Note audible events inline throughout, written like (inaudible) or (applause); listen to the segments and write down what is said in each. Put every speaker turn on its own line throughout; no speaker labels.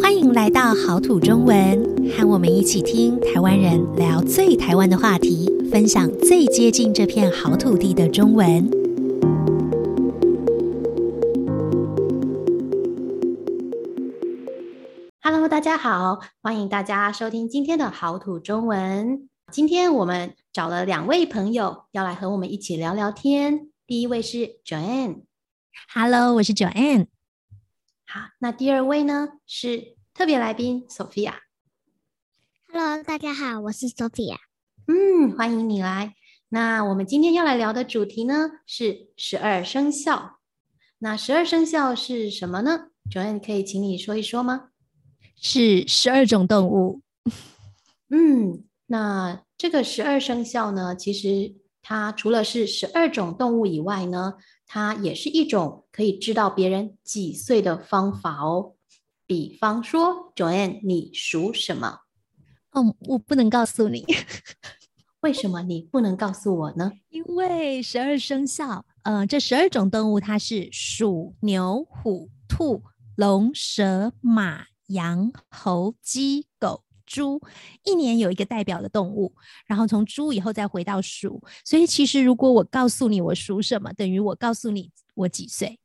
欢迎来到好土中文，和我们一起听台湾人聊最台湾的话题，分享最接近这片好土地的中文。
Hello，大家好，欢迎大家收听今天的好土中文。今天我们找了两位朋友要来和我们一起聊聊天。第一位是 Joanne，
Hello，我是 Joanne。
好，那第二位呢是特别来宾 Sophia。
Hello，大家好，我是 Sophia。
嗯，欢迎你来。那我们今天要来聊的主题呢是十二生肖。那十二生肖是什么呢？Joanne 可以请你说一说吗？
是十二种动物，
嗯，那这个十二生肖呢，其实它除了是十二种动物以外呢，它也是一种可以知道别人几岁的方法哦。比方说，Joanne，你属什么？
嗯，我不能告诉你，
为什么你不能告诉我呢？
因为十二生肖，呃，这十二种动物它是鼠、牛、虎、兔、龙、蛇、马、羊、猴、鸡、狗、猪，一年有一个代表的动物，然后从猪以后再回到鼠。所以其实如果我告诉你我属什么，等于我告诉你我几岁。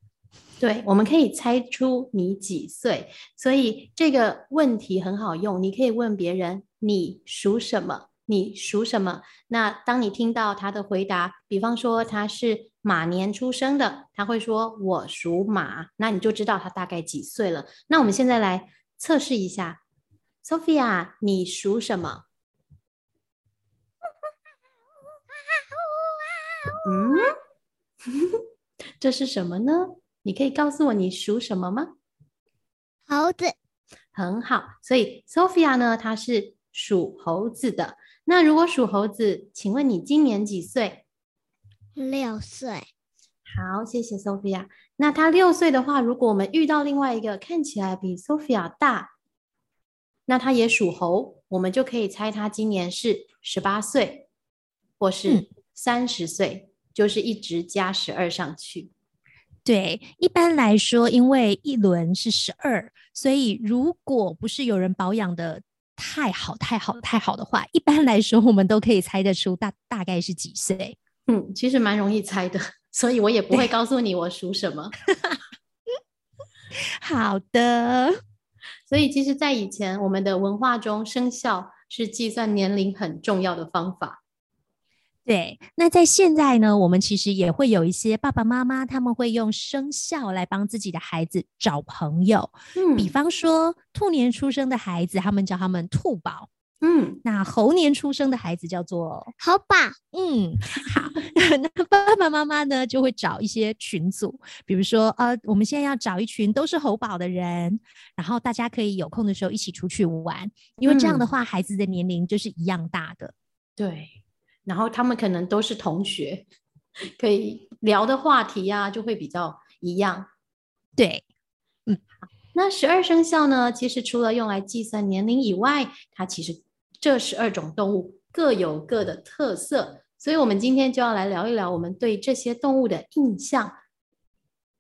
对，我们可以猜出你几岁，所以这个问题很好用。你可以问别人你属什么，你属什么。那当你听到他的回答，比方说他是马年出生的，他会说我属马，那你就知道他大概几岁了。那我们现在来测试一下，Sophia，你属什么？嗯，这是什么呢？你可以告诉我你属什么吗？
猴子，
很好，所以 Sophia 呢，她是属猴子的。那如果属猴子，请问你今年几岁？
六岁，
好，谢谢 Sophia。那他六岁的话，如果我们遇到另外一个看起来比 Sophia 大，那他也属猴，我们就可以猜他今年是十八岁，或
嗯
是三十岁，就是一直加十二上去。
对，一般来说，因为一轮是十二，所以如果不是有人保养的太好、太好、太好的话，一般来说我们都可以猜得出大大概是几岁。
嗯，其实蛮容易猜的，所以我也不
对
会告诉你我属什么。
好的，
所以其实，在以前我们的文化中，生肖是计算年龄很重要的方法。
对。那在现在呢，我们其实也会有一些爸爸妈妈他们会用生肖来帮自己的孩子找朋友，比
嗯
方说兔年出生的孩子，他们叫他们兔宝；
嗯，
那猴年出生的孩子叫做
猴宝，
嗯，好， (laughs) 那爸爸妈妈呢就会找一些群组，比如说呃，我们现在要找一群都是猴宝的人，然后大家可以有空的时候一起出去玩，因为这样的
嗯
话，孩子的年龄就是一样大的。
对。然后他们可能都是同学， (laughs) 可以聊的话题呀、就会比较一样。
对，
那十二生肖呢，其实除了用来计算年龄以外，它其实这十二种动物各有各的特色。所以，我们今天就要来聊一聊我们对这些动物的印象。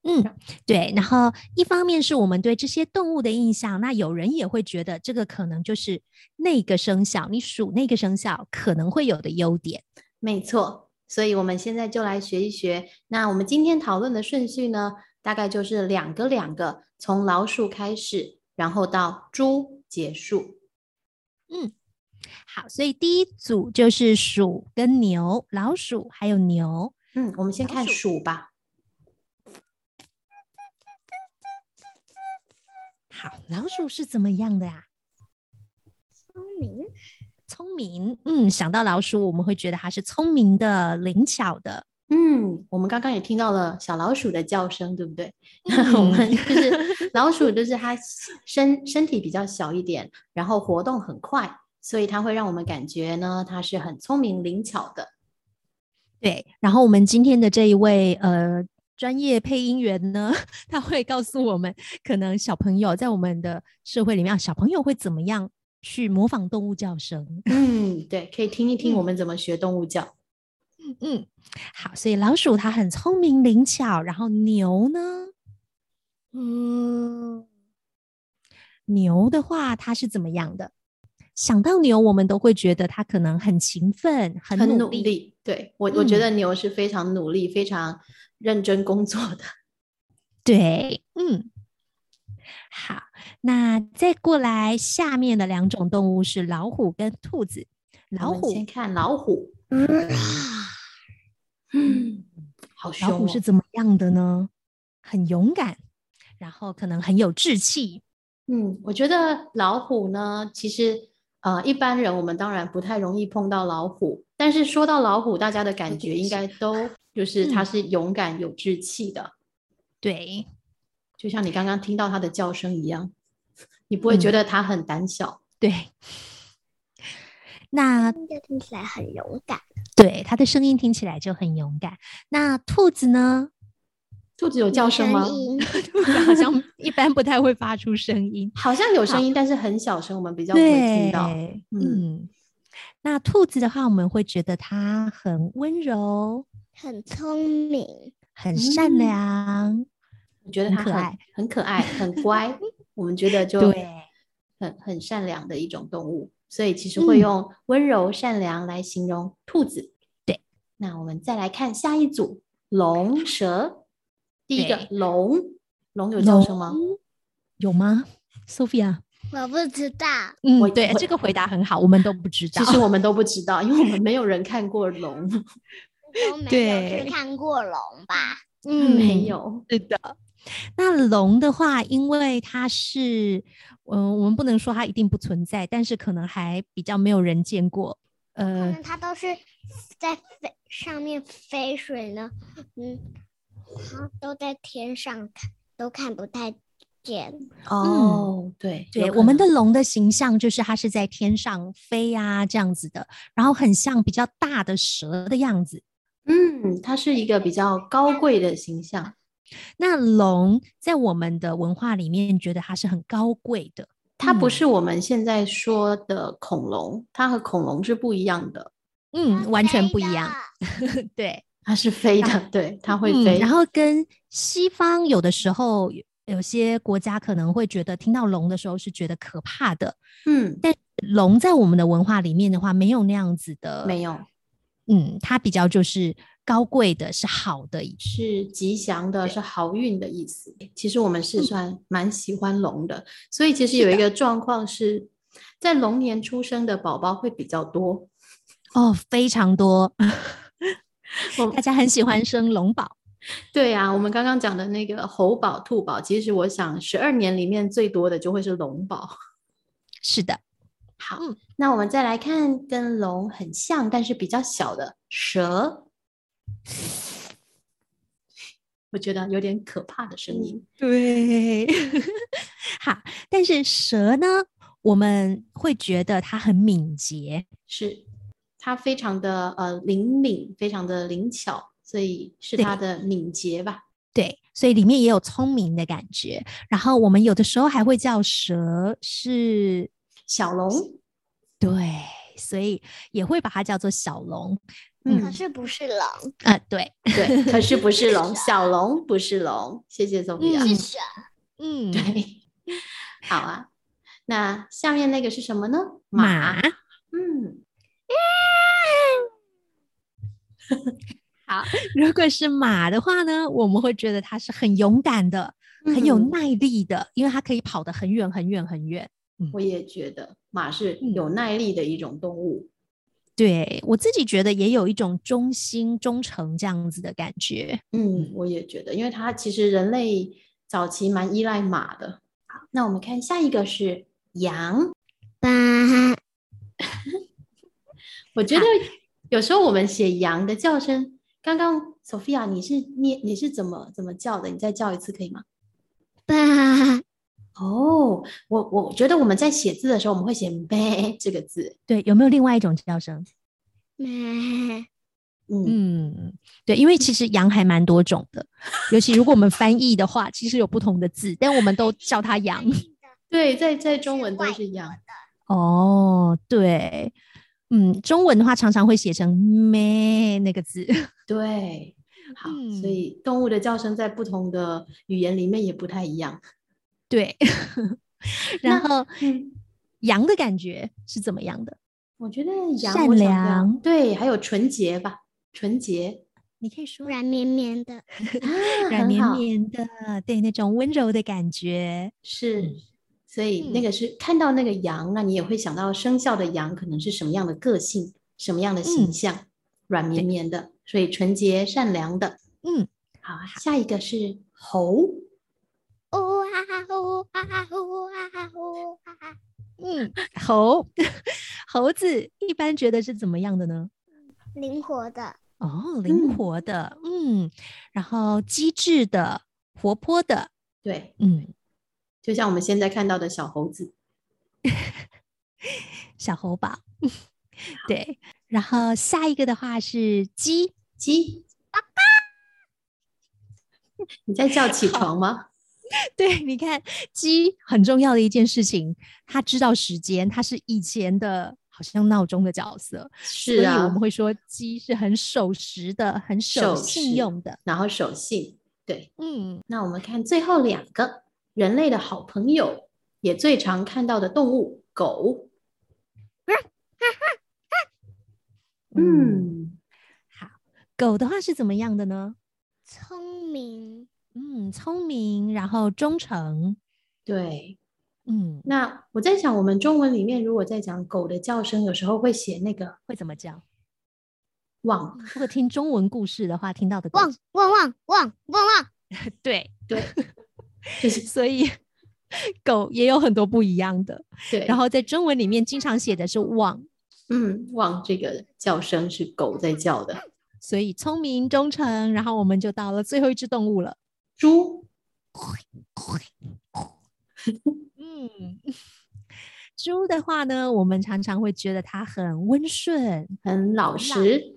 嗯，对。然后一方面是我们对这些动物的印象，那有人也会觉得这个可能就是那个生肖，你属那个生肖可能会有的优点。
没错，所以我们现在就来学一学。那我们今天讨论的顺序呢，大概就是两个两个，从老鼠开始，然后到猪结束。
好，所以第一组就是鼠跟牛，老鼠还有牛。
嗯，我们先
老
看
鼠
鼠吧。
好，老鼠是怎么样的呀、
聪明，
聪明，嗯，想到老鼠，我们会觉得它是聪明的、灵巧的。
嗯，我们刚刚也听到了小老鼠的叫声，对不对？ (laughs)
(laughs)
我
嗯
们就是老鼠，就是它身身体比较小一点，然后活动很快，所以它会让我们感觉呢，它是很聪明灵巧的。
对，然后我们今天的这一位呃专业配音员呢， (laughs) 他会告诉我们，可能小朋友在我们的社会里面，啊小朋友会怎么样去模仿动物叫声。
嗯，对，可以听一听我们怎么学动物叫。
嗯，好，所以老鼠它很聪明灵巧，然后牛呢，
嗯，
牛的话，它是怎么样的？想到牛，我们都会觉得它可能很勤奋、很
很
努
努
力。
力。对我，我觉
嗯
得牛是非常努力、非常认真工作的。
对，嗯，好，那再过来下面的两种动物是老虎跟兔子。 (laughs) 老
我们
虎
先看老虎，嗯，好凶、哦。
老虎是怎么样的呢？很勇敢，然后可能很有志气。
嗯，我觉得老虎呢，其实呃，一般人我们当然不太容易碰到老虎，但是说到老虎，大家的感觉应该都就是它
嗯
是勇敢有志气的，
对，
就像你刚刚听到它的叫声一样，你不会觉
嗯
得它很胆小。
对。 (laughs) 那
啊听着听起来很勇敢，
对它的声音听起来就很勇敢。那兔子呢？
兔子有叫声吗？
音
兔子好像一般不太会发出声 (laughs) 音，
好像有
好
声音，但是很小声，我们比较不会听到。
对
嗯
嗯，那兔子的话，我们会觉得它很温柔、
很聪明，
很善
嗯
良，
我觉得
很
它
可
很
爱
很可爱，
(laughs)
很乖，我们觉得就
对
很很善良的一种动物，所以其实
嗯
会用温柔善良来形容兔子。
对，
那我们再来看下一组龙蛇，第一个
对
龙，龙有叫声吗？
龙有吗？Sophia，
我不知道，
嗯
我，
对，
我
这个回答很好，我们都不知道
其。
(laughs)
实我们都不知道，因为我们没有人看过龙，
都没有
对
去看过龙吧？
嗯
没有。
是
嗯
的。那龙的话，因为它是，嗯、我们不能说它一定不存在，但是可能还比较没有人见过。
可
呃，
能它都是在飞上面飞水呢，嗯，它都在天上看，都看不太见。
哦，对
对，
有
我们
可
的
能
龙的形象就是它是在天上飞啊这样子的，然后很像比较大的蛇的样子。
嗯，它是一个比较高贵的形象。
那龙在我们的文化里面，觉得它是很高贵的。
它不
嗯
是我们现在说的恐龙，它和恐龙是不一样的，
嗯，完全不一
飞的
样。对，
它是飞的，对，它会
嗯
飞。
然后跟西方有的时候有有些国家可能会觉得听到龙的时候是觉得可怕的，
嗯，
但龙在我们的文化里面的话，没有那样子的。
没有，
嗯，它比较就是高贵的，是好的。
是吉祥的，
对
是好运的意思。其实我们是算蛮喜欢龙的，所以其实有一个状况是，在龙年出生的宝宝会比较多。
哦，非常多，
我
大家很喜欢生龙宝。
对啊，我们刚刚讲的那个猴宝、兔宝，其实我想十二年里面最多的就会是龙宝。
是的，
好，
嗯
那我们再来看跟龙很像但是比较小的蛇，我觉得有点可怕的声音。
对。 (laughs) 好，但是蛇呢，我们会觉得它很敏捷。
是它非常的呃灵敏，非常的灵巧，所以是
对
它的敏捷吧。
对，所以里面也有聪明的感觉。然后我们有的时候还会叫蛇是，
小龙，
对，所以也会把它叫做小龙
可
嗯，
是不是龙，
啊、对， (laughs)
对，可是不是龙，小龙不是龙。谢谢 s o p
嗯
是
h
蛇，
嗯，
对，好啊。那下面那个是什么呢？
马。
嗯，
如果是马的话呢，我们会觉得它是很勇敢的，很有
嗯
耐力的，因为它可以跑得很远很远很远。
我也觉得马是
嗯
有耐力的一种动物。
对我自己觉得也有一种忠心忠诚这样子的感觉。
嗯，我也觉得，因为它其实人类早期蛮依赖马的。好，那我们看下一个是羊。
吧？
我觉得有时候我们写羊的叫声，刚刚 Sophia 你是念你是怎么怎么叫的？你再叫一次可以吗？
吧，
哦，我我觉得我们在写字的时候，我们会写 “be” 这个字，
对，有没有另外一种叫声？
妈，
嗯，
嗯，对，因为其实羊还蛮多种的，尤其如果我们翻译的话，其实有不同的字，但我们都叫它羊。
对，在在中
是
文都
外
是羊，
哦，对，嗯，中文的话常常会写成咩那个字。
对，好，
嗯
所以动物的叫声在不同的语言里面也不太一样。
对，然
那
后
嗯，
羊的感觉是怎么样的？
我觉得羊
善
我想到
良
对，还有纯洁吧，纯洁
你可以说
软绵绵的，
啊，
软
很
绵
好
绵的，对那种温柔的感觉。
是，所以那
嗯
个是看到那个羊，那你也会想到生肖的羊可能是什么样的个性，什么样的形
嗯
象，软
对
绵绵的，所以纯洁善良的。
嗯，
好啊，下一个是猴，
呜啊呜啊呜啊呜啊，
嗯， (laughs) 猴，猴子一般觉得是怎么样的呢？
灵活的，
哦，
嗯
灵活的，嗯，然后机智的，活泼的，
对，
嗯，
就像我们现在看到的小猴子，
小猴宝， (laughs) 对。然后下一个的话是鸡， (laughs)
鸡，爸爸，你在叫起床吗？
对，你看鸡很重要的一件事情，它知道时间，它是以前的好像闹钟的角色，
是
所以我
啊
们，会说鸡是很守时的，很守
守
信
时
用的，
然后守信，对。
嗯，
那我们看最后两个，人类的好朋友，也最常看到的动物，狗。嗯，
好。狗的话是怎么样的呢？
聪明，
嗯，聪明，然后忠诚，
对。
嗯，
那我在想，我们中文里面如果在讲狗的叫声，有时候会写那个
会怎么叫？
“汪
如果听中文故事的话，听到的狗
旺旺旺旺旺旺，
对，”，
就是
(laughs) 所以狗也有很多不一样的。
对。
然后在中文里面经常写的是旺，
嗯，“汪”这个叫声是狗在叫的。
所以聪明忠诚，然后我们就到了最后一只动物了。
猪，
嗯， (laughs) 猪的话呢，我们常常会觉得它很温顺，
很老实。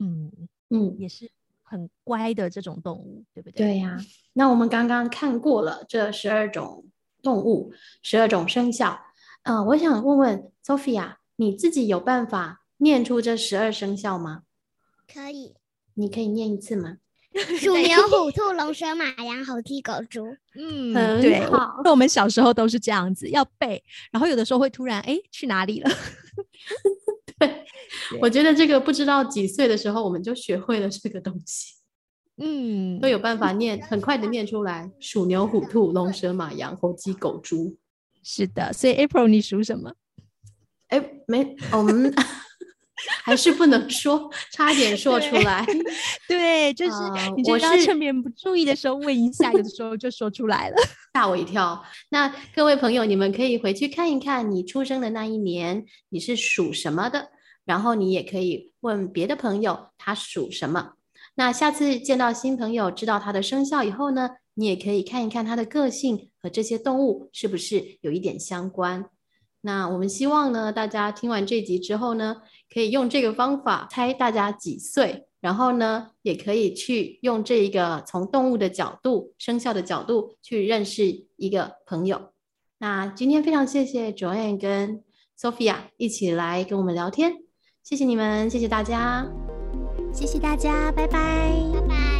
嗯，
嗯，
也是很乖的这种动物，对不对？
对呀、那我们刚刚看过了这十二种动物，十二种生肖。嗯、我想问问 Sophia，你自己有办法念出这十二生肖吗？
可以。
你可以念一次吗？
鼠、牛、虎、兔、龙、蛇、马、羊、猴、鸡、狗、猪。
嗯，
很
对，
好
我我们小时候都是这样子，要背，然后有的时候会突然哎去哪里了？ (laughs)
我觉得这个不知道几岁的时候我们就学会了这个东西，
嗯，
都有办法念，很快的念出来。鼠、牛、虎、兔、龙、蛇、马、羊、猴、鸡、狗、猪。
是的，所以 April 你属什么？
哎，没，我们 (laughs) 还是不能说，差一点说出
对
(laughs) 来。
对，就是、
啊
你就
我
是要
是
趁别人不注意的时候问一下，有的时候就说出来了。
吓我一跳。那各位朋友，你们可以回去看一看你出生的那一年你是属什么的，然后你也可以问别的朋友他属什么。那下次见到新朋友，知道他的生肖以后呢，你也可以看一看他的个性和这些动物是不是有一点相关。那我们希望呢，大家听完这集之后呢，可以用这个方法猜大家几岁，然后呢，也可以去用这一个从动物的角度、生肖的角度去认识一个朋友。那今天非常谢谢 Joanne 跟 Sophia 一起来跟我们聊天，谢谢你们，谢谢大家。
谢谢大家，拜拜。
拜拜。